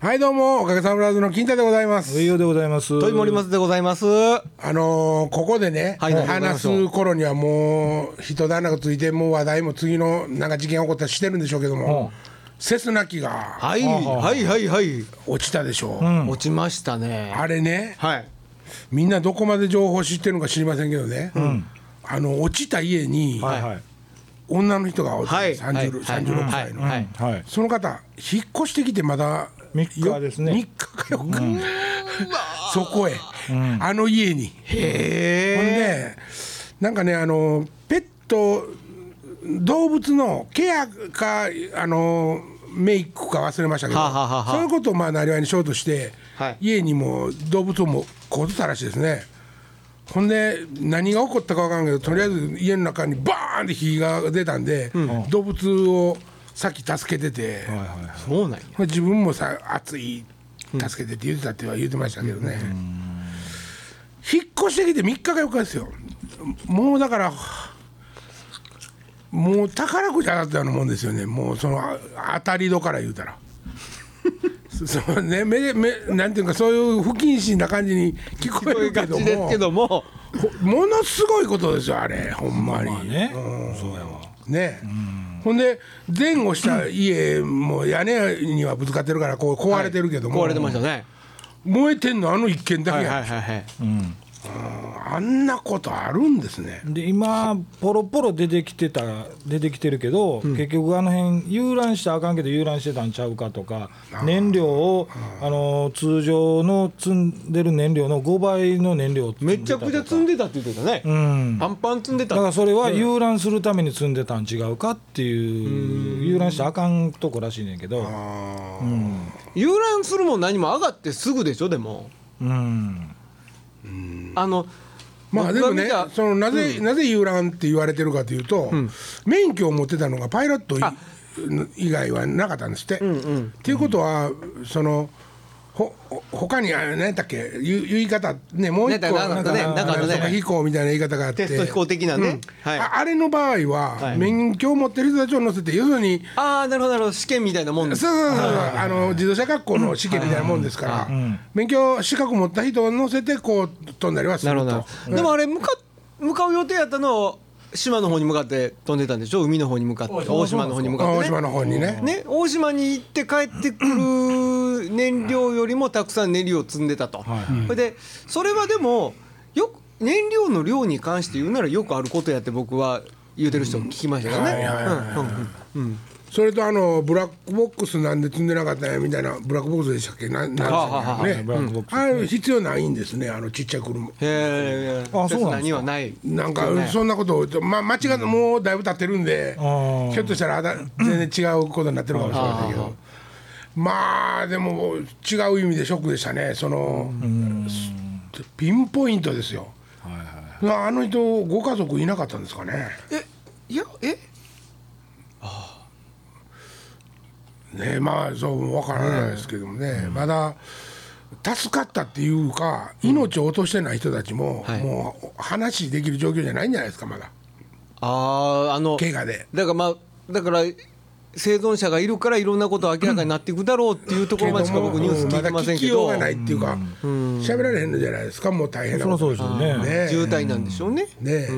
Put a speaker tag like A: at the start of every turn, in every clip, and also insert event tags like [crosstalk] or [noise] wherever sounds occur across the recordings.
A: はいどうもおかげさまラズの金太でございます
B: 栄養でございます。
C: 問い森松でございます。は
A: あのーここでね、
C: はいはい
A: 話す頃にはもう人だながついてもう話題も次のなんか事件起こったりしてるんでしょうけども、セスナ機が
C: い、はいはいはい、
A: 落ちたでしょう、
C: 落ちましたね。
A: あれね
C: はい。
A: みんなどこまで情報知ってるのか知りませんけどね、あの落ちた家に
B: はいはい
A: 女の人がおって、
C: はい。
A: 30 36歳の、
C: はいはい。
B: はい。
A: その方引っ越してきてまだ
B: 三日ですね
A: 3日か4日、 [laughs] そこへ、あの家に。
C: へえ。
A: ほんでなんかねあのペット動物のケアかあのメイクか忘れましたけど、
C: はあはあはあはあ
A: そういうことをまあなりわいにしようとして、
C: はい
A: 家にも動物をもこうとったらしいですねほんで何が起こったか分からんけどとりあえず家の中にバーンって火が出たんで、動物をさっき助けてて、
B: はいはいはい。
C: そうなんや。
A: 自分もさ暑い助けてって言ってたっては言ってましたけどね、引っ越してきて3日か4日ですよもうだからもう宝くじ当たったようなもんですよねもうそのあ当たり戸から言うたらそそのね目で目なんていうかそういう不謹慎な感じに聞こえ
C: こうい
A: る
C: う
A: け
C: 感
A: ど
C: じ
A: も
C: ですけども。
A: ほものすごいことですよあれほんまに、
B: ね。そうやわ。
A: ねほんで前後した家も屋根にはぶつかってるからこう壊れてるけども、
C: 壊れてましたね。
A: 燃えてんのあの一軒だ
C: は
A: け
C: い
A: や、
C: はいはいはい。
A: あんなことあるんですね
B: で今ポロポロ出てきてた出てきてるけど、結局あの辺遊覧したらあかんけど遊覧してたんちゃうかとか燃料をあの通常の積んでる燃料の5倍の燃料を積ん
C: め
B: でた
C: ちゃ
B: とか
C: くちゃ積んでたって言ってたね。
B: うん
C: パンパン積んでた
B: だ。からそれは遊覧するために積んでたん違うかっていう遊覧したらあかんとこらしいねんけど
A: あ
C: 遊覧するも何も上がってすぐでしょでも。
B: うん
C: あの。
A: まあで
C: 僕
A: も
C: が見
A: ね
C: た
A: そのなぜ、なぜ遊覧って言われてるかというと、免許を持ってたのがパイロットい
C: あ
A: 以外はなかったんですって。っていうことはそのほほ他にあれ何やったっけゆ言い方ねもう一個
C: ねなんかね
A: なんか
C: なんかあったね
A: そう飛行みたいな言い方があって
C: テスト飛行的なね。はい。
A: ああれの場合は、免許を持ってる人たちを乗せて要するに
C: ああなるほどなるほど試験みたいなも
A: そう
C: ん
A: そうそう
C: です。
A: そうあの自動車学校の試験みたいなもんですから、免許資格持った人を乗せてこう飛んだりはす
C: な
A: る
C: る
A: と
C: ほどなるほど、でもあれ向か向かう予定やったのを島の方に向かって飛んでたんでしょ海の方に向かって大島の方に向か
A: あ
C: っ
A: 大
C: て
A: 島
C: ね
A: の方にね
C: ね大島に行って帰ってくる燃料よりもたくさん燃料を積んでたと、それでそれはでもよく燃料の量に関して言うならよくあることやって僕は言うてる人聞きましたよ
A: はい
C: ね
A: はいはい
C: うんうんうん
A: それとあのブラックボックスなんで積んでなかったんやみたいなブラックボックスでしたっけななんでした
C: はあはあ
A: っ
C: はあ
A: けね
B: ブラックボックス
A: あれ必要ないんですねあのちっちゃい車
C: へえ
B: あそうなんですか
C: にはない
A: なんか
C: そうね
A: そんなことを、まあ、間違ってもうだいぶ経ってるんで、
B: ー
A: ひょっとしたらあだ全然違うことになってるかもしれないけ
C: あ
A: ど、まあでも違う意味でショックでしたねその、すピンポイントですよ、あの人ご家族いなかったんですかね
C: えいやえ
A: ねまあそうわからないですけどもね、まだ助かったっていうか命を落としてない人たちも、
C: はい
A: もう話できる状況じゃないんじゃないですかまだ
C: あああの
A: 怪我で。
C: だからまあだから生存者がいるからいろんなことが明らかになっていくだろうっていうところまでしか僕ニュース聞いてませんけど
A: まだ聞きようがないっていうか喋られへんのじゃないですかもう大変な
B: そり
A: こ
B: ゃそ
A: と
B: うですよ
A: ね
B: ね
A: え
C: 渋滞なんでしょうね。
A: ねえ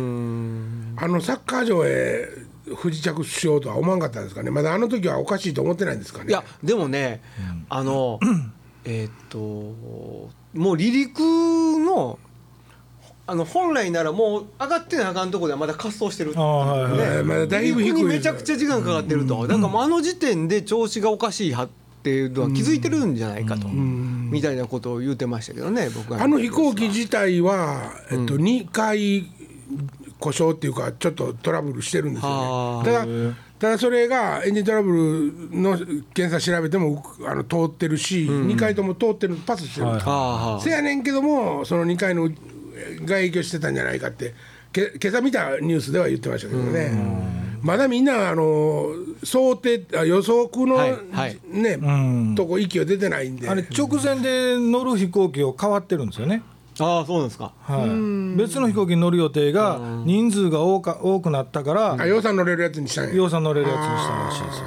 A: あのサッカー場へ不時着しようとは思わんかったんですかねまだあの時はおかしいと思ってないんですかね
C: いやでもねあのえーっともう離陸のあの本来ならもう上がってなあかんとこではまだ滑走してる
B: あ。あはいはい、
A: えーまだだい
C: 離
A: ぶ低
C: 陸
A: い
C: にめちゃくち
A: ゃ
C: ゃ時間かかってるとだからもうあの時点で調子がおかしいはっていうのは気づいてるんじゃないかとみたいなことを言ってましたけどね僕は
A: あの飛行機自体は、えっと、2回故障っていうかちょっとトラブルしてるんですよ
C: は
A: ね
C: あ
A: ただただそれがエンジントラブルの検査調べてもあの通ってるし、2回とも通ってるパスしてる、
B: はい
C: あ
A: せやねんけどもその2回のえーが影響してたんじゃないかってけ今朝見たニュースでは言ってましたけどねまだみんなあの想定あ予測の、
C: はいはい
A: ね、とこ息を出てないんで
B: あれ直前で乗る飛行機を変わってるんですよね、
C: あああそうなんですか
B: はい、別の飛行機に乗る予定が人数が多か多くなったから
A: あ予算乗れるやつにしたんや
B: 洋さん乗れるやつにしたらしいですよ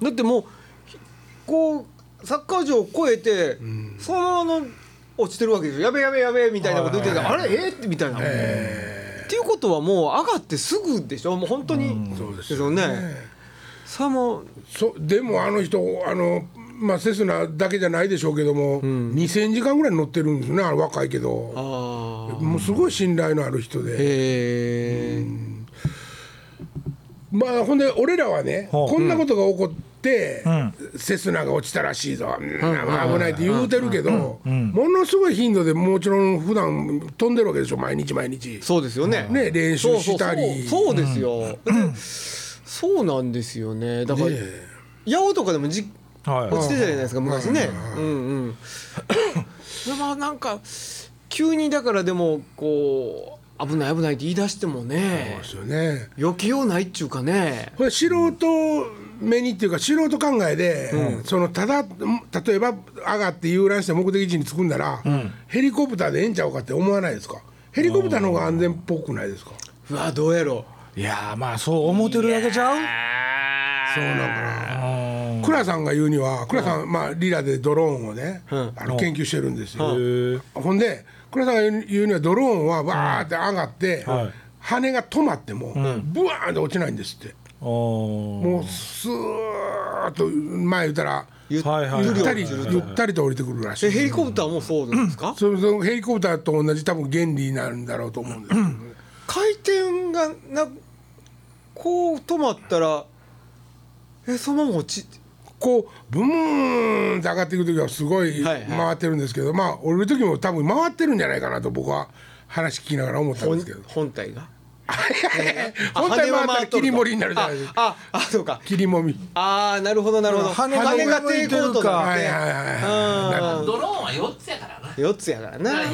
C: だってもうひこうサッカー場を越えて、そのままの落ちてるわけですよやべやべやべみたいなこと言ってて、あれえー、みたいな。っていうことはもう上がってすぐでしょもう本当に
A: そうで
C: ですす
A: よ
C: よ
A: ね
C: ね。さも
A: そでもあの人あのまあセスナだけじゃないでしょうけども、2,000時間ぐらい乗ってるんですねあの若いけ
C: あ
A: ど
C: あ
A: もうすごい信頼のある人で
C: へえ
A: まあほんで俺らはね、
B: ほう
A: こんなことが起こって、
B: ん
A: セスナが落ちたらしいぞ、うんまあ危ないって言うてるけど、ものすごい頻度でもちろん普段飛んでるわけでしょ毎日毎日。
C: そうですよね。
A: ね練習したり
C: そうそうそうそうですよ。でそうなんですよね。だから
A: ね
C: 八尾とかでもじ
B: はい
C: 落ちてたじゃないですか昔ね。うんうん。でまあなんか急にだからでもこう危ない危ないって言い出してもね
A: ですよね
C: 避けようないっちゅうかね。
A: これ素人目にっていうか素人考えで、そのただ例えば上がって遊覧して目的地に着くんなら、ヘリコプターでええんちゃうかって思わないですかヘリコプターの方が安全っぽくないですか
C: うわどうやろ
B: いやーまあそう思ってるだけちゃう
A: そうなんかな倉さんが言うには倉さん、まあ、リラでドローンをね、
C: ん
A: あの研究してるんですよ、
B: へえ
A: ほんで倉さんが言う言うにはドローンはバーって上がって、
B: はい
A: 羽が止まっても、ブワーンって落ちないんですって
B: おー
A: もうスーッと前言ったら
C: う。ゆっ
B: はいはいはい
C: ゆ
A: ゆっ
C: る
A: た
C: よ
A: り
C: うに
A: ゆったりと降りてくるらしい
C: えヘリコプターもそうなんですか。
A: そのそのヘリコプターと同じ多分原理になるんだろうと思うんですけどね
C: 回転がなこう止まったらえそのまま落ち
A: こうブーンって上がっていく時はすごい
C: はいはい
A: 回ってるんですけど、まあ降りる時も多分回ってるんじゃないかなと僕は話聞きながら思ったん
C: 本
A: ですけど
C: 本体が
A: 本体回ったら切り盛りになるじゃ
C: あ
A: ないですか
C: ああそうか
A: 切りもみ
C: ああなるほどなるほど
B: 羽
C: 羽
B: が
C: が抵抗となっ
A: はい
C: て
A: はいはいは
D: ドローンは4つやからな。
C: 4つやからな
A: い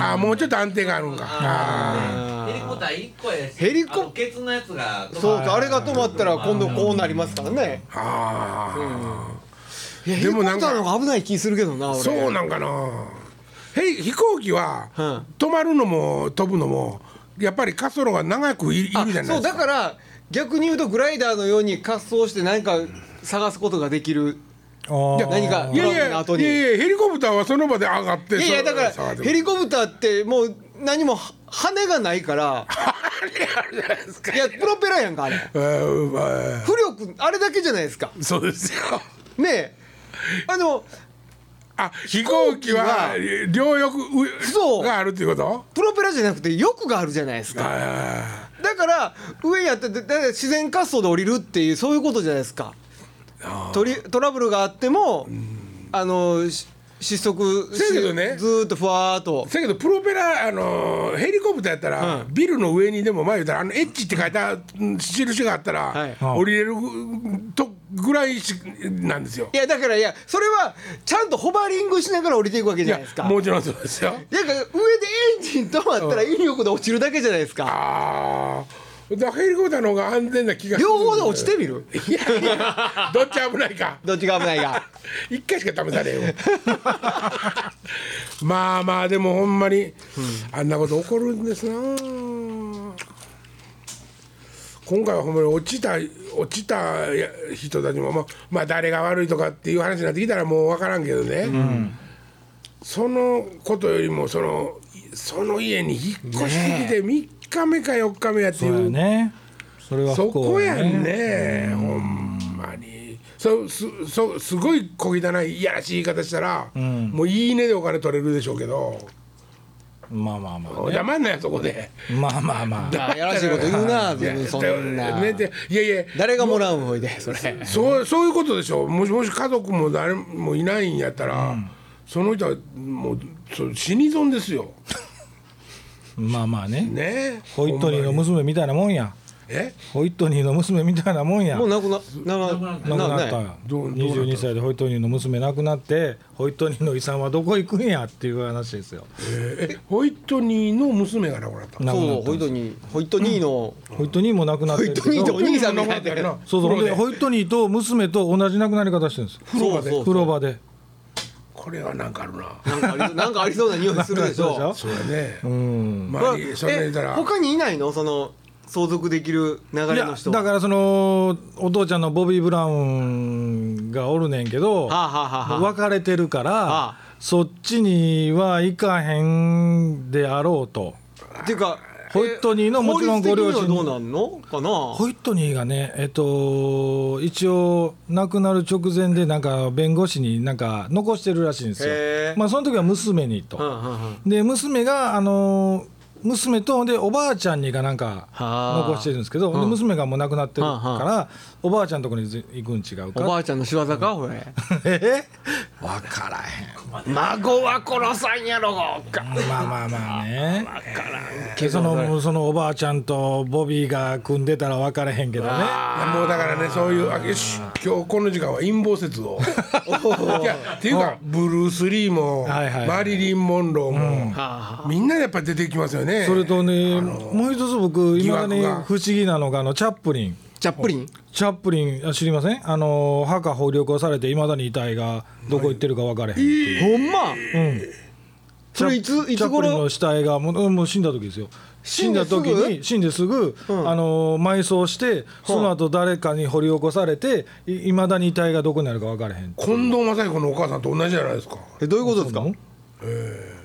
A: ああもうちょっと安定があるんかあ
D: ヘリコプター1個やし、
C: ヘリコ
D: あのケツのやつが止まる
C: そうかあれが止まったら今度こうなりますからね
A: ーあ
C: いやヘ
A: で
C: リコ
A: も
C: プ
A: なんか
C: ターの方が危ない気するけどな
A: ー
C: 俺
A: そうなんかなへい飛行機は
C: うん
A: 止まるのも飛ぶのもやっぱり滑走路が長くいいるじゃないで
C: あ
A: すか
C: そうだから逆に言うとグライダーのように滑走して何か探すことができる
B: あ
A: い
B: ー
A: や
C: 何か
A: いやい
C: ドローンの
A: や
C: 後
A: い
C: に
A: やいやヘリコプターはその場で上がって
C: いやいや
A: そ
C: だ
A: の場で
C: から
A: 下がって
C: ヘリコプターってもう何もは羽がないからいやプロペラやんかあれ
A: えーまあ
C: 浮力あれだけじゃないですか
A: そうですよ
C: ねえあの
A: あ飛行機は
C: 飛
A: 両翼
C: そう
A: があるっていうこと
C: プロペラじゃなくて翼があるじゃないですか
A: あ
C: だから上やっててだから自然滑走で降りるっていうそういうことじゃないですかトリトラブルがあってもあのし失速し
A: せ
C: ず
A: やけどね
C: ーっとふわーっと
A: ーせやけどプロペラあのーヘリコプターやったら、ビルの上にでも前言ったらあのエッジって書いたうん印があったら、
C: はい
A: 降りれるうんとぐらいしなんですよ
C: いやだからいやそれはちゃんとホバリングしながら降りていくわけじゃないですか
A: もちろんそうですよ
C: なんか上でエンジン止まったら威力で落ちるだけじゃないですか。
A: ああだからヘリコプターの方が安全な気がする
C: 両方で落ちてみる。
A: いやいやどっち危ないか
C: どっちが危ないが。
A: 一回しか試されへんよ [laughs] まあまあでもほんまに、あんなこと起こるんですな今回はほんまに落ちた落ちたや人たちもまあ、まあ、誰が悪いとかっていう話になってきたらもう分からんけどね、そのことよりもそのその家に引っ越してきて3日目か4日目やってい
B: そう
A: う
B: やねそれは
A: そ
B: 不
A: こ
B: 幸
A: やんね、ほんまに。そうすそうすごい小汚いいやらしい言い方したら、もういいねでお金取れるでしょうけど、
B: まあまあまあね
A: 黙んなよそこで。
B: まあまあまあ
C: あやらしいこと言うな、
A: いや
C: そんな。
A: ねでいやいや
C: 誰がもらうんほいで、それ。
A: そうそういうことでしょもしもし家族も誰もいないんやったら、その人はもうそう死に損ですよ。
B: まあまあね
A: ね
B: ホイットニーの娘みたいなもんや
A: え
B: ホイットニーの娘みたいなもんや
C: もうなくな、なく
D: なく
B: 亡くなっ
C: い
B: たんや
A: どうどうなったんで
B: 22
A: す
B: 歳でホイットニーの娘亡くなってホイットニーの遺産はどこ行くんやっていう話ですよ
A: ええホイットニーの娘が亡くなった。
B: なくな
C: そ
B: っ
C: う、
B: た
C: ホイットニー、ホイットニーの。
B: ホイットニーも亡くなってるけど
C: ホイットニーとお兄さんみたいな
A: なな
B: そうそうほん
A: 風呂で
B: でホイットニーと娘と同じ亡くなり方してるんですよ
C: そうそう
B: 風呂場で
A: これはなんかあるな。
C: なんかありそう、 [laughs] なんかありそうな匂いするでし
B: なん
C: ょ
B: か。
A: そうやね。
B: うん
A: ま
C: こ
A: あ
C: れ
A: それ言った
C: え
A: ら。
C: 他にいないの、その相続できる流
B: い
C: れ
B: や
C: の人
B: だ
C: は。
B: からそのお父ちゃんのボビー・ブラウンがおるねんけど、
C: はあはあはあはあ
B: 別れてるから、
C: あ
B: そっちには行かへんであろうと
C: っていうか
B: ホイットニーの
C: え
B: もちろんご両親
C: 法律的にはどうなんのかな
B: ホイットニーがねえっと一応亡くなる直前でなんか弁護士になんか残してるらしいんです
C: へ
B: よ
C: え、
B: まあ、その時は娘にと、
C: うんうんうん
B: で娘があの娘とでおばあちゃんにがなんか
C: はあ
B: 残してるんですけど、で
C: うん
B: 娘がもう亡くなってるから、
C: はあ
B: おばあちゃんのとこにず行くん違う
C: お
B: か
C: ばあちゃんの仕業かこれ
B: え分から
C: 孫は殺さんやろか
B: へんまあまあまあね
C: けど
B: そのそのおばあちゃんとボビーが組んでたら分からへんけどね
A: いやもうだからねそういうあよし今日この時間は陰謀説
B: [laughs]
A: をいやっていうかブルース・リーも
B: はいはいはい
A: マリリン・モンローも、
C: は
A: みんなやっぱり出てきますよね
B: [laughs] それとね、もう一つ僕
A: 疑
B: 今
A: 惑が
B: ね不思議なのがあのチャップリン
C: あチャップリン
B: チャップリンあ知りませんあの墓放緑をされていまだに遺体がどこ行ってるか分からへん、
C: ほんまそれいつ
B: チャ
C: いつ
B: ップリン
C: 頃
B: の死体がもうもう死んだ時ですよ死
C: 死
B: ん
C: ん
B: だ
C: で
B: 時に死んですぐ、あの埋葬してその後誰かに掘り起こされていまだに遺体がどこにあるか分からへん
A: 近藤正彦のお母さんと同じじゃないですか
C: えどういうことですか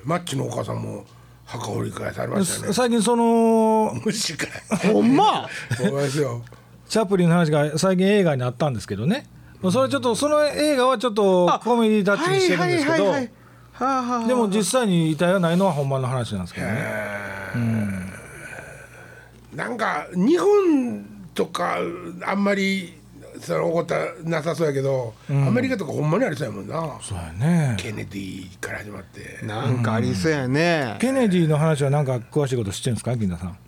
A: マッチのお母さんも墓掘り返されましたよね
B: 最近その
A: 無視かい
C: ほんま
A: そうですよ
B: チャップリンの話が最近映画になったんですけどねそれちょっとその映画はちょっとコメディタッチにしてるんですけど
C: はいはいはいはいはあはあはあ
B: でも実際に遺体がないのは本番の話なんですけどね
A: なんか日本とかあんまりその怒ったらなさそうやけど、アメリカとかほんまにありそうやもんな
B: そうやね
A: ケネディから始まって
C: なんかありそうやね
B: ケネディの話はなんか詳しいこと知ってるんですか銀田さん、
A: なん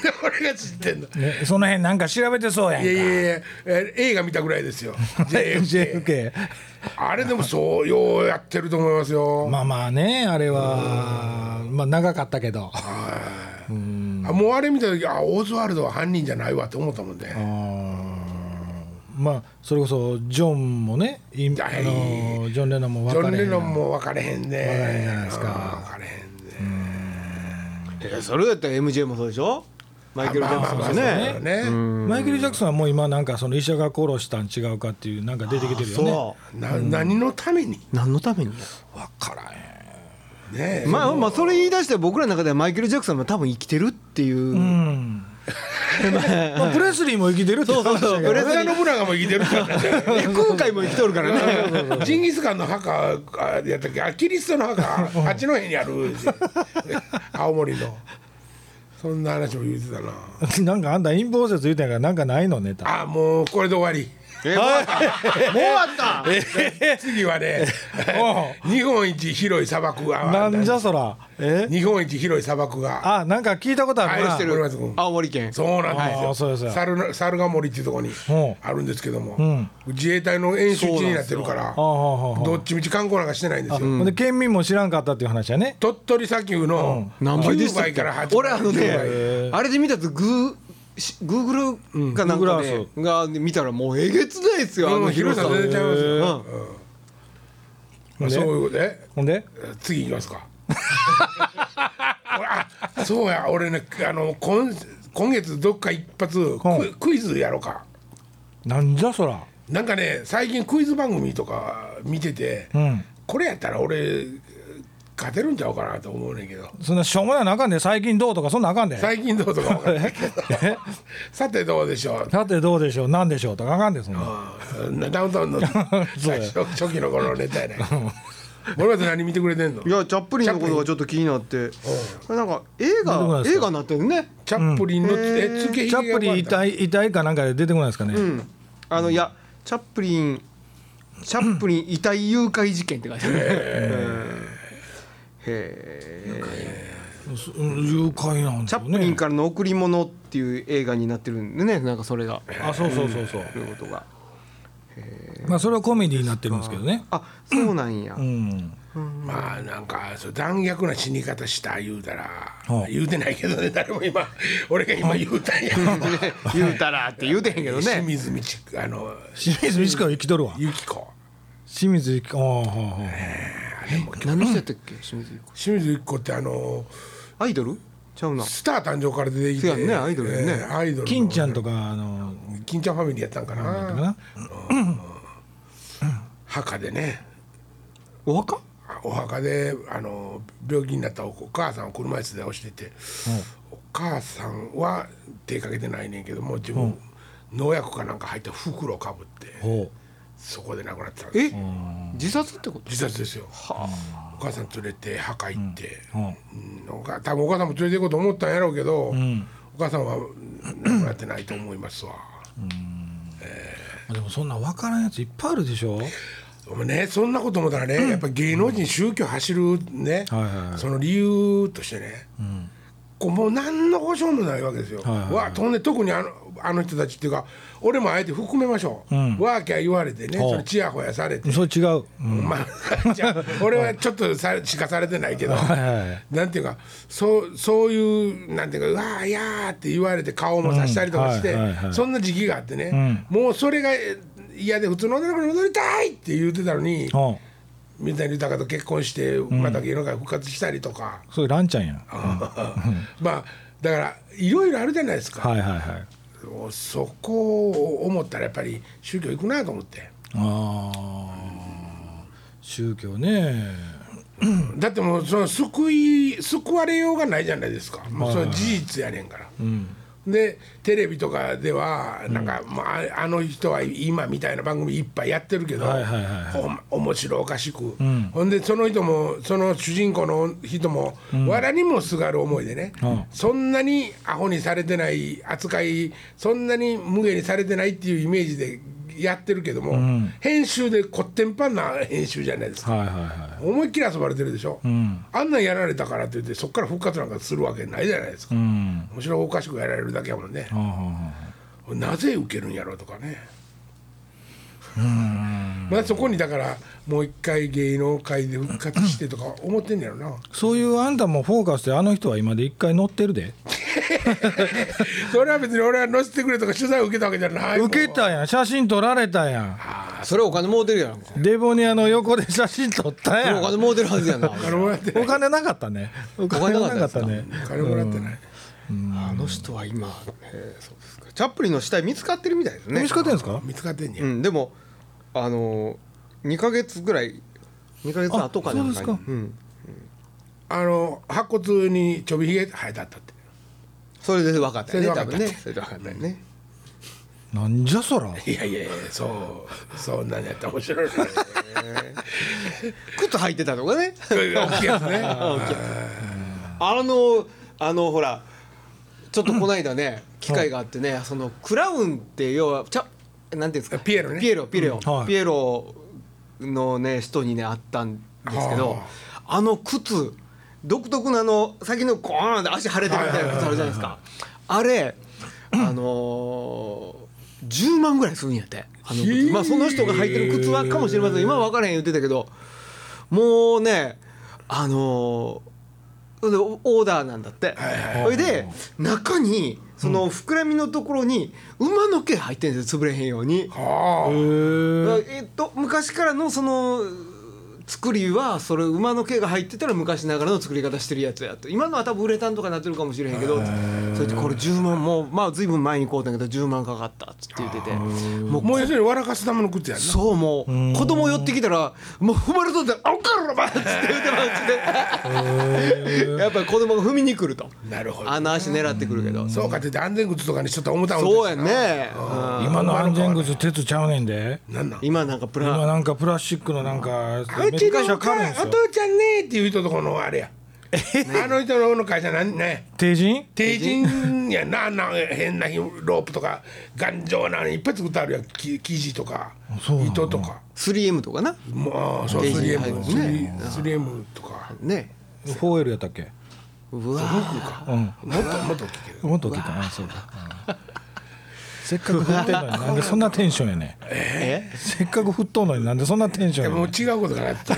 A: で俺が知ってんの
B: ね、その辺なんか調べてそうやん
A: いやいや
B: [laughs] か
A: いやえ映画見たぐらい
B: [laughs]
A: ですよ JFK
B: JFK
A: あれでもそうようやってると思いますよ、
B: まあまあねあれはまあ長かったけど
A: あもうあれ見た時あオズワルドは犯人じゃないわって思ったもんね
B: まあそれこそジョンもねいあの
A: はい
B: ジョン・レノンも
A: ジョ
B: 別
A: ン・
B: れ
A: レ
B: へん
A: ノンも分かれへんね分か
B: れへんじゃないですか
A: 分かれへんね
C: えそれだったら MJ もそうでしょマイケル・ジャクソンも
A: そうだよ
C: ね
A: ね
B: マイケル・ジャクソンはもう今なんかその医者が殺したん違うかっていうなんか出てきてるよね
C: そう
A: な何のために
C: 何のために
A: ねえ
C: まあまあそれ言い出して僕らの中ではマイケル・ジャクソンも多分生きてるっていう、
B: うんまあプレスリーも生きてるって
C: そうそうそうブ
A: 俺
C: レス
A: が
C: リー
A: 信長も生きてるからね
C: ね空海も生きと
A: [laughs]
C: るからね
A: ジンギスカンの墓あやったっけあキリストの墓あっちの辺にある青森のそんな話も言うてたな
B: [laughs] なんかあんた陰謀説言うてんからなんかないのネタ
A: あもうこれで終わり
C: えもうあったもうあった
A: 次はね
B: お
A: 日本一広い砂漠が
B: なんじゃそらえ
A: 日本一広い砂漠が
B: あなんか聞いたことある
A: 愛
B: な
A: してる森松君
C: 青森県
A: そうなんです
B: あ
A: よ
B: ーそうですよ
A: 猿の猿ヶ森っていうところに
B: ほう
A: あるんですけども、
B: ん
A: 自衛隊の演習地になってるから
B: ああああ
A: どっちみち観光なんかしてないんですよ、
B: で県民も知らんかったっていう話やね
A: 鳥取砂丘の
C: 何倍で
A: 9
C: したっ
A: 倍
C: け
A: から8倍
C: 俺あの
A: 9
C: ねあれで見たとグーしグーグルかなんか
B: うん
C: ね
B: Google
C: が見たらもうえげつないですよ
A: 倍
C: あ
A: も
C: の
A: う広さ
C: 広さ
A: 全然ちゃいますよ、
C: うん
A: まあそういうことで
B: ほんで
A: 次いきますか俺あそうや俺ねあの今今月どっか一発クイクイズやろうか
B: なんじゃそら
A: なんかね最近クイズ番組とか見てて、
B: うん
A: これやったら俺勝てるんちゃうかなと思うねんけど
B: そんなしょうもないのあかんで最近どうとかそんなんあかんで
A: 最近どうとか分からないけどさてどうでしょう
B: さてどうでしょうなんでしょうとかあかんでそんな
A: うんダウンタウンの最初初期の頃のネタやね森松何見てくれてんの
C: いやチャップリンのことがちょっと気になってこれなんか映
B: 出てこない
C: 画
B: ですか
C: 映画になってるね
A: チャップリンの、えつけ
B: チ
A: ひげ
B: ャップリン遺体遺体かなんかで出てこないですかね、
C: うんあのいやチャップリンチャップリン遺体誘拐事件って書いてあるへえ
B: そ誘拐なん
C: チ
B: だ
C: ャ
B: よね
C: ップリンからの贈り物っていう映画になってるんでねなんかそれが
B: あそうそうそうそう、
C: ということが
B: まあそれはコメディになってるんですけどね
C: あそうなんや
B: うん
A: まあなんかそう残虐な死に方した言うたら、
B: はあ
A: 言うてないけどね [laughs] 誰も今俺が今言うたんや、
C: 言うたらって言うてへんけど
A: 清
C: [laughs] ね
A: 水美智子あの
B: 清水美智子は生きとるわ
A: 由紀子
B: 清水由紀子ああはあは
C: 何の人やったっけ清水優子
A: 清水由紀子ってあの
C: アイドルちゃうな
A: スター誕生から出てきて
C: そうやんねアイドルやんね
A: えーアイドルの
B: あ金ちゃんとかあの
A: 金ちゃんファミリーやったんかな
B: かな
A: 墓でね
C: お墓
A: お墓であの病気になったおお母さんを車椅子で押してて、お母さんは手かけてないねんけども自分、農薬かなんか入った袋をかぶって
B: ほ
A: そこで亡くなってたんです
C: え自殺ってこと
A: 自殺ですよ
C: は
A: お母さん連れて墓行って、
B: うほ
A: うんお母多分お母さんも連れて行こうと思ったんやろうけど、
B: ん
A: お母さんは亡くなってないと思いますわ。
B: うでもそんな分からんやついっぱいあるでしょ
A: でもねそんなこと思ったらね、やっぱ芸能人宗教走るね、
B: はいはいはい
A: その理由としてね、こうもう何の保証もないわけですよ。
B: はいはいはい
A: わあとんで特にあのあの人たちっていうか俺もあえて含めましょう、
B: うん
A: わあきゃ言われてね
B: ほう
A: それちやほやされて、
B: それ違う、うん、
A: まあ
B: [laughs]
A: じゃあ俺はちょっとさしかされてないけど。
B: はいはいはい
A: なんていうかそうそういうなんていうか「うわーいやー」って言われて顔もさしたりとかして、
B: うんはいはいはい
A: そんな時期があってね、もうそれがえ嫌で普通の女の子に戻りたいって言ってたのに
B: ほ
A: 水谷豊と結婚してまた芸能界復活したりとか、
B: うそれランちゃんやんは
A: [laughs] まあだからいろいろあるじゃないですか、
B: いはいはい
A: そこを思ったらやっぱり宗教行くなと思って。
B: ああ宗教ね
A: だってもうその救い救われようがないじゃないですか、もうそれは事実やねんから。でテレビとかではなんか、まああ、あの人は今みたいな番組いっぱいやってるけど、
B: はいはいはいは
A: おも面白おかしく、ほんでその人もその主人公の人も、わらにもすがる思いでね、
B: うん
A: そんなにアホにされてない扱いそんなに無下にされてないっていうイメージでやってるけども、編集でこってんぱんな編集じゃないですか。
B: はいはいは
A: 思いっきり遊ばれてるでしょ、
B: ん
A: あんなんやられたからって言ってそこから復活なんかするわけないじゃないですか、
B: いうん
A: 面白おかしくやられるだけやもんね
B: はあ、はあはあ
A: なぜ受けるんやろうとかねまあそこにだからもう一回芸能界で復活してとか思ってんねやろな [laughs]
B: そういうあんたもフォーカスであの人は今で一回乗ってるで
A: それは別に俺は載せてくれとか取材を受けたわけじゃないもん
B: 受けたやん写真撮られたや
C: あそれお金儲てるやん
B: んデボニアの横で写真撮った
C: それ
B: や
C: お
B: ん
C: 金儲てるはずやな
A: あのもらってない
B: お金なかったねお金なかったね
A: 金もらってない、
C: あの人は今えーそうですかチャップリンの死体見つかってるみたいですね
B: 見つかってんですか
A: 見つかってんねや、
C: うん、でもあのー、2か月ぐらい2か月後かなんか
B: あそ
C: に
B: うですか
C: ん、
A: あの白骨にちょびひげ生えたったって
C: それで分かったよ
A: それで
C: ね多
A: 分かった
C: 分ねそれで分かったよね、
B: なんじゃそら
A: いやいやいやそうそんなんやったら面白い
B: [laughs]
A: ね
C: 靴履いてたとかね
A: そういう大きいやつね
C: あのあのほらちょっとこの間ね機会があってねそのクラウンって要はちゃなんていうんですか
A: ピエロね
C: ピエロピエロ、
B: うんはい
C: ピエロのね人にね会ったんですけど
A: は
C: あの靴独特のあの先のコーンって足腫れてるみたいな靴あるじゃないですかあれあのー、10万ぐらいするんやってあの靴まあその人が履いてる靴はかもしれません今は分からへん言ってたけどもうねあのーでオオーダーなんだって、それで中にその膨らみのところに馬の毛入ってるんですよ潰れへんように、
A: はあ
B: へえ
C: えっと昔からのその作りはそれ馬の毛が入ってたら昔ながらの作り方してるやつやと今のは多分ウレタンとかなってるかもしれへんけどそれでこれ10万もうまあ随分前に買うたんやけど10万かかったっつって言っててもう
A: もう要するに笑かすための靴やんな
C: そうもう子供寄ってきたらもう踏まれとって「あおかろば!」っつって言ってますってやっぱり子供が踏みに来ると
A: なるほど
C: あの足狙ってくるけど
A: そうかって言って安全靴とかにしとったら重たい
C: そう
A: や
C: やねうん
B: 今の安全靴鉄ちゃうねんで
A: なんなん
C: 今なんかプラ
B: 今なんかプラスチックのなんか
A: う
B: めっ
A: ち
B: ち
A: の
B: ゃ
A: お
B: 軽いんですよ
A: 父ちゃんねっていう人とこのあれやあの人の方の会社なんね
B: 定人
A: 定人やなあんな変なロープとか頑丈なのいっぱい作ってあるやんき生地とか
B: そうなの
A: 糸とか
C: 3M とかな
A: もうそう
C: 定人入る
A: 3M
C: もんね
A: 3- 3M とか
C: ね
B: 4L やったっけ
C: うわ
B: うん
A: もっともっと大きいけど
B: もっと大きいかなそうだ、うん [laughs] せっかく振ってんのになんでそんなテンションやねん
C: え
B: せっかく振っとんのになんでそんなテン
A: で
B: ションやね
A: も
B: ん
A: う違うことかなって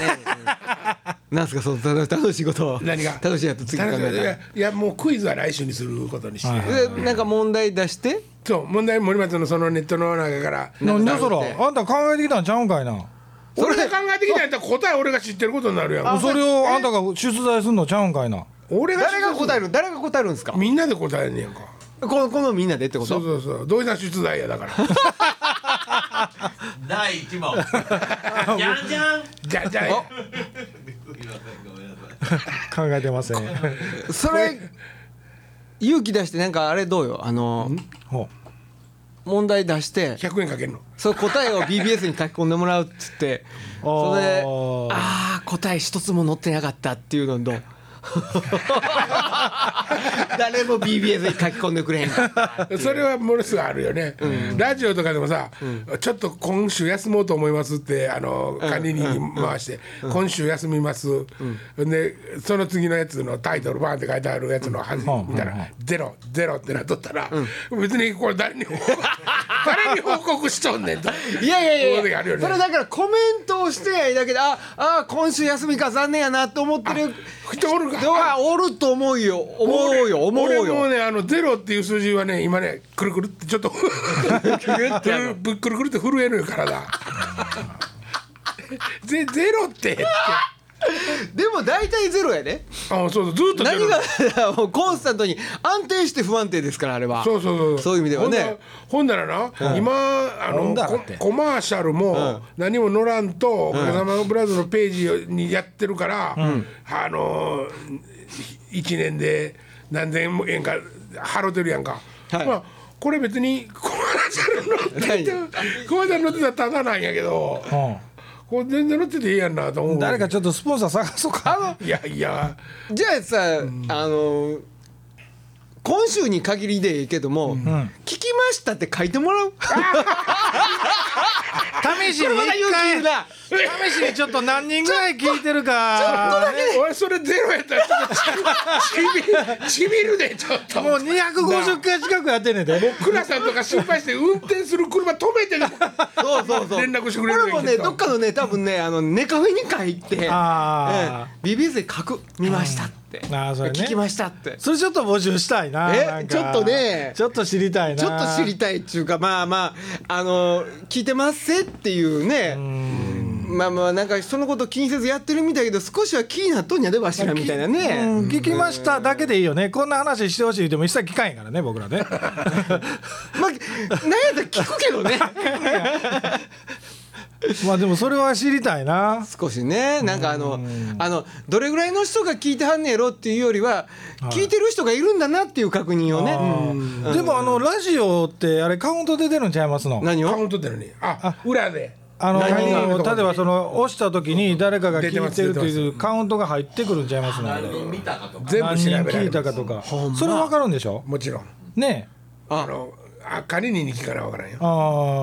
C: なんすかその楽楽しいことを
A: 何が
C: [laughs] 楽しいやつ次考
A: 楽しいいや
C: え
A: いやもうクイズは来週にすることにして、
B: はい
C: たらでなんか問題出して
A: そう問題森松のそのネットの中から
B: なんじゃそ
C: なんで
B: らあんた考えてきたんちゃうんかいな
A: それ考えてきたんやったら答え俺が知ってることになるやん
B: それをあんたが出題すんのちゃうんかいな
A: 俺が
C: 誰が答える誰が答えるんですか
A: みんなで答えんねやんか
C: このこのみんなでってこ
A: そう
C: と [laughs]
A: そうそう同意な出題やだから
D: 第一問。じゃんじ
C: [laughs]
D: ゃん。
A: じゃじゃあ
D: すいませんごめんなさい。
B: 考えてません。
C: それ勇気出してなんかあれどうよあの
B: ほ
C: 問題出して
A: 100円かけるの
C: その答えを BBS に書き込んでもらうっつって
B: あー
C: それでああ答え一つも載ってなかったっていうのどう [laughs] 誰も BBS に書き込んでくれへんかっ
A: [laughs]
C: た
A: それはものすごいあるよね、ラジオとかでもさ、ちょっと今週休もうと思いますってあの管理人に回して、今週休みます、でその次のやつのタイトルバーンって書いてあるやつの端
B: うん
A: 見たら、
B: うん
A: ゼロゼロってなっとったら、別にこれ誰に報告誰に報告しとんねんと
C: いやいや
A: こ
C: いう
A: うの
C: や
A: があ
C: そ
A: るよ
C: れ
A: ね
C: だからコメントをしてないだけでああ今週休みか残念やなと思って
A: [laughs]
C: る
A: 人おるか
C: 人はおると思うよ思うよ思う
A: 俺も
C: よ
A: ねあのゼロっていう数字はね今ねくるくるってちょっとくるぶ [laughs] くるくるって震えるよ体 [laughs] ゼゼロって
C: でも大体ゼロやで
A: あそうそうずっとゼロ
C: 何が [laughs] もうコンスタントに安定して不安定ですからあれは
A: そうそうそう
C: そういう意味ではね
A: ほんならほんならな、今あ
B: ほん
A: の
B: だら
A: コ
B: って
A: コマーシャルも何も載らんと「風間ブラザーズ」のページにやってるから、あの1年で何千円か払ってるやんか、
C: はい
A: まあこれ別にコマーシャル載ってて
C: 何
A: コマーシャル載ってたらただなんやけど
B: う。ほ
A: これ全然載ってていいやんなと思
B: う
A: う
B: 誰かちょっとスポンサー探そうか。
A: いやいや
C: じゃあさ、あの今週に限りでいいけども、聞きましたって書いてもらう。
B: 試しに
C: これまだ
B: 一
C: 勇気いる
B: 回。
C: な。
B: 試しにちょっと何人ぐらい聞いてるか。
A: 俺それゼロやったらちょっとちびちびるでちょっと
B: もう250回近くやってんねんで。
A: 倉さんとか心配して運転する車止めてでも
C: そうそうそう。
A: 連絡してくれる
C: これもね、どっかのね、多分ね、あのネカフェに書いて、
B: あ
C: ええ BBS で書く見ましたって、
B: あーそれね
C: 聞きましたって。
B: それちょっと募集したいな。
C: え
B: なんか
C: ちょっとね
B: ちょっと知りたいな。
C: ちょっと知りたいっていうかまあまああの聞いてますせっていうねまあまあなんかそのこと気にせずやってるみたいけど少しは気になっとんやでわしらみたいな
B: う
C: ね
B: ん聞きましただけでいいよね。こんな話してほしいでも一切聞かへんからね僕らね。
C: まあなんやったら聞くけ
B: [laughs]
C: どね
B: まあでもそれは知りたいな。
C: 少しねなんかあのあのどれぐらいの人が聞いてはんねやろっていうよりは聞いてる人がいるんだなっていう確認をねうん
B: でもあのラジオってあれカウントで出るんちゃいますの
C: 何
A: カ
C: を
A: ウントってのにあ裏で
B: あの
A: 何があるとか
B: 例えばその押した時に誰かが聞
A: 出てま
B: い
A: す
B: てると
A: 出て
B: いうカウントが入ってくるんちゃいますの
D: 何人見たかとか。
A: 全部
B: 何
A: 調
B: 人
A: べられ
B: 聞いた
A: ま
B: か
A: す
B: とかそれ分かるんでしょ
A: もちろん
B: ねえ
A: あのあ管理人に聞かなわからんよ
B: あ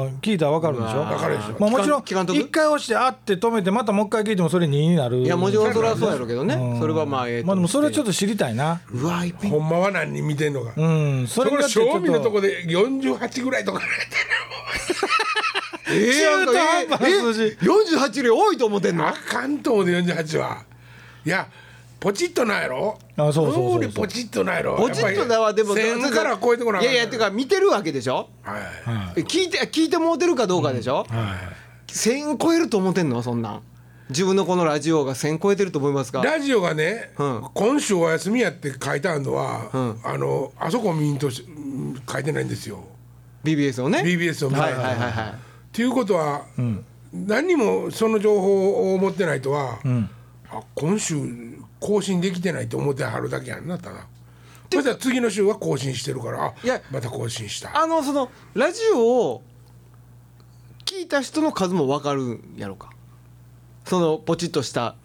B: ー聞いたら分かるんでしょ
A: わかるでしょ
B: まあ、もちろん
C: 聞かんとく
B: 一回押してあって止めてまたもう一回聞いてもそれ2になる
C: いやもちろんそれはそうやろうけどねそれはまあええと
B: まあでもそれはちょ
C: っ
B: っと知りたいな
C: とうわいっぺん
A: ほんまは何人見てんのか、
B: うん
A: そ
B: それ
A: こ
B: だ
A: の
B: ってちょ
A: 賞
B: っ
A: 味のと
B: と
A: こで48ぐらいとか
C: ええや
B: 中
C: んか
B: 途半端な
C: ええ
B: 数字
C: 48より多いと思ってんの
A: あかんと思うで48はいやポチッとないやろ
B: あそうそうそうそう
A: りポチッとないやろ
C: ポチッとだわでも
A: 1000からは超えてこなあか
C: いや
A: ん
C: いやてか見てるわけでしょ
A: はい
C: 聞いて聞いてもうてるかどうかでしょ、1000超えると思ってんのそんなん自分のこのラジオが1000超えてると思いますか
A: ラジオがね、
C: うん
A: 今週お休みやって書いてあるのは、
C: ん
A: あのあそこ見んとしうん書いてないんですよ
C: BBS をね
A: BBS を見た
C: はい
A: ら。
C: はいはいはい
A: っていうことは、何にもその情報を持ってないとは、あ今週更新できてないと思ってはるだけやんなったな。また次の週は更新してるからあ
C: いや
A: また更新した
C: あのそのラジオを聞いた人の数も分かるんやろかそのポチッとした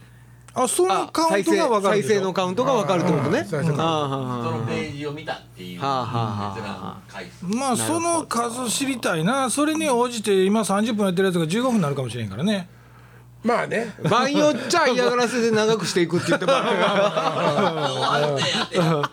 B: あその
C: あ
B: カウントが分かるで
C: 再生再
B: し
C: 生の
B: ょ
C: カウントが分かるってことね
A: あー再生のカウント
C: あー
D: そのページを見たっていう。
C: はあはあはあ
D: 閲覧回数。
B: まあその数知りたいなそれに応じて今30分やってるやつが15分になるかもしれんからね
A: まあね
C: 場合によっちゃ嫌がらせで長くしていくって言っても
D: 終わってやって。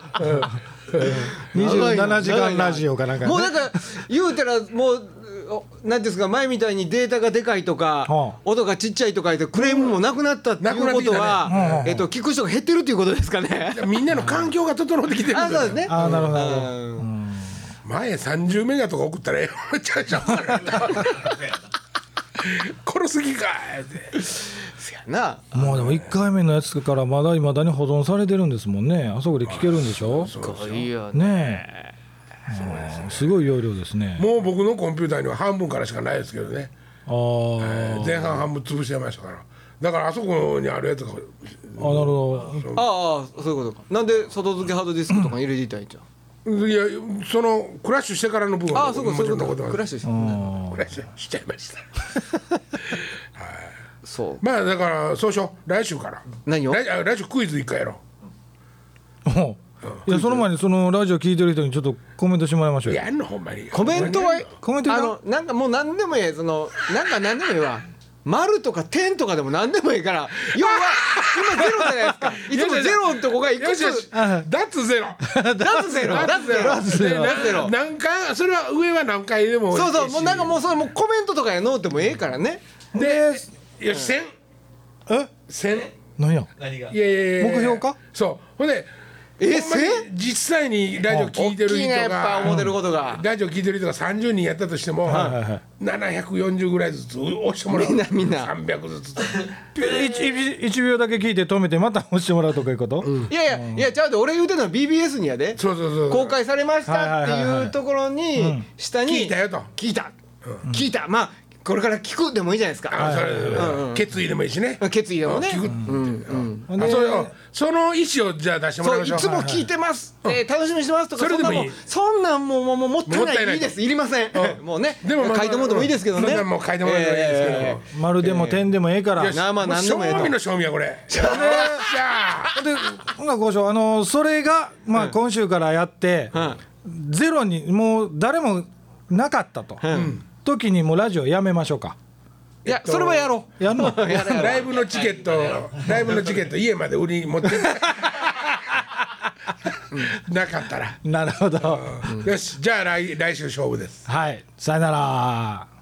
B: 27時間ラジオかなんかね
C: もうなんか言うたらもうおなんていうんですか前みたいにデータがでかいとか、
B: はあ
C: 音がちっちゃいとか言ってクレームもなくなったってい
A: なくな
C: う
A: って
C: こ
A: き
C: と
A: たね
C: は、
B: うんうんうん
C: えっと聞く人が減ってるということです
A: [laughs]
C: かね。
A: みんなの環境が整ってきてる
C: あそうですね。
B: あーなるほどなるほど
C: うん
A: 前30メガとか送ったらええよちゃ
C: [laughs]
A: うちゃう [laughs] 殺すぎかいって
C: せやな。
B: もうでも1回目のやつからまだいまだに保存されてるんですもんねあそこで聞けるんでしょ
C: いいよね。
B: ねえすごい容量ですね
A: もう僕のコンピューターには半分からしかないですけどね、
B: あー
A: えー前半半分潰しちゃいましたからだからあそこにあるやつが
B: あなるほ
A: そう
C: ああそういうことかなんで外付けハードディスクとかに入れていたらいいんじゃん
A: いやそのクラッシュしてからの部分
C: あ
A: は
C: あそうか
A: も
C: そう
A: ち
C: い
A: ろ
C: うんこ
A: 残っ
C: と
A: て
C: か
A: ま
C: クラッ
A: す
C: シュし
A: クラッシュしちゃいました
C: そう
A: まあだからそうしよう来週から
C: 何を
A: 来あ来週クイズ一回やろう
B: どいやその前にそのラジオ聞いてる人にちょっとコメントしてもらいましょうよ
A: やんのほんまに
C: コメントは
B: コメントい
C: あ
B: らん
C: のなんかもう何でもええそのなんか何でもええわ丸とか点とかでも何でもええ [laughs] から要は今ゼロじゃないですかいつもゼロのとこがい
A: よ
C: く
A: しよし
C: つ
A: 脱
C: [laughs]
A: ゼロ
C: 脱ゼロ脱ゼロ
A: [laughs]
C: 脱ゼロ脱ゼロ
A: 何回それは上は何回でも
C: そうそうもうなんかもうそのもうコメントとかやのうてもええからね
A: でよし千
B: え
A: 千
B: 何や
D: 何が
A: いやいやいや
B: 目標か
A: そうほんで
C: え
A: ほんまに実際にラジオ聞
C: 大
A: いてる
C: きい
A: 人
C: なやっぱ思っ
A: が
C: てることが
A: ラジオ聞いてる人が30人やったとしても
B: いはいは
A: 740ぐらいずつ押してもらう
C: みんなみんな
A: 300ずつ
B: 1秒だけ聞いて止めてまた押してもらうとかいうこと、
C: いやいやいやちゃうで俺言うてんのは BBS にやで
A: そうそうそう
C: 公開されましたっていうところに下に
A: 聞いたよと
C: 聞いた聞いたまあこれから聞くでもいいじゃないです
A: あ
C: か
A: それ
C: うんうん
A: 決意でもいいしね
C: 決意でもね
A: 聞くって
C: うんうん
A: あそれをその意思をじゃあ出してもらいま
C: そうい
A: しょう
C: つも聞いてます、えー楽しみにしてますとか
A: それ
C: そん
A: でも
C: ない
A: い
C: もんそんなんもうもうもうもったい
A: もった
C: ないい
A: ない
C: いいですいりません、もうね
A: でもまあ
C: 買い物でもいいですけどね
A: そんなんもう買い物でもいいですけど
C: え
B: 丸でも点でもええから、
A: よし
C: まあまあ何でもええと
A: う賞味の賞味やこ
C: [laughs]
A: れじゃあ
B: でほなこうしようあのそれが、まあ、今週からやって、
C: は
B: ゼロにもう誰もなかったと、時にもうラジオやめましょうか
C: ーいやそれはやろう
B: やんの
A: ライブのチケットライブのチケット家まで売りに持ってってな
B: [laughs]
A: かったら
B: なるほど、
A: よしじゃあ来来週勝負です
B: はいさよなら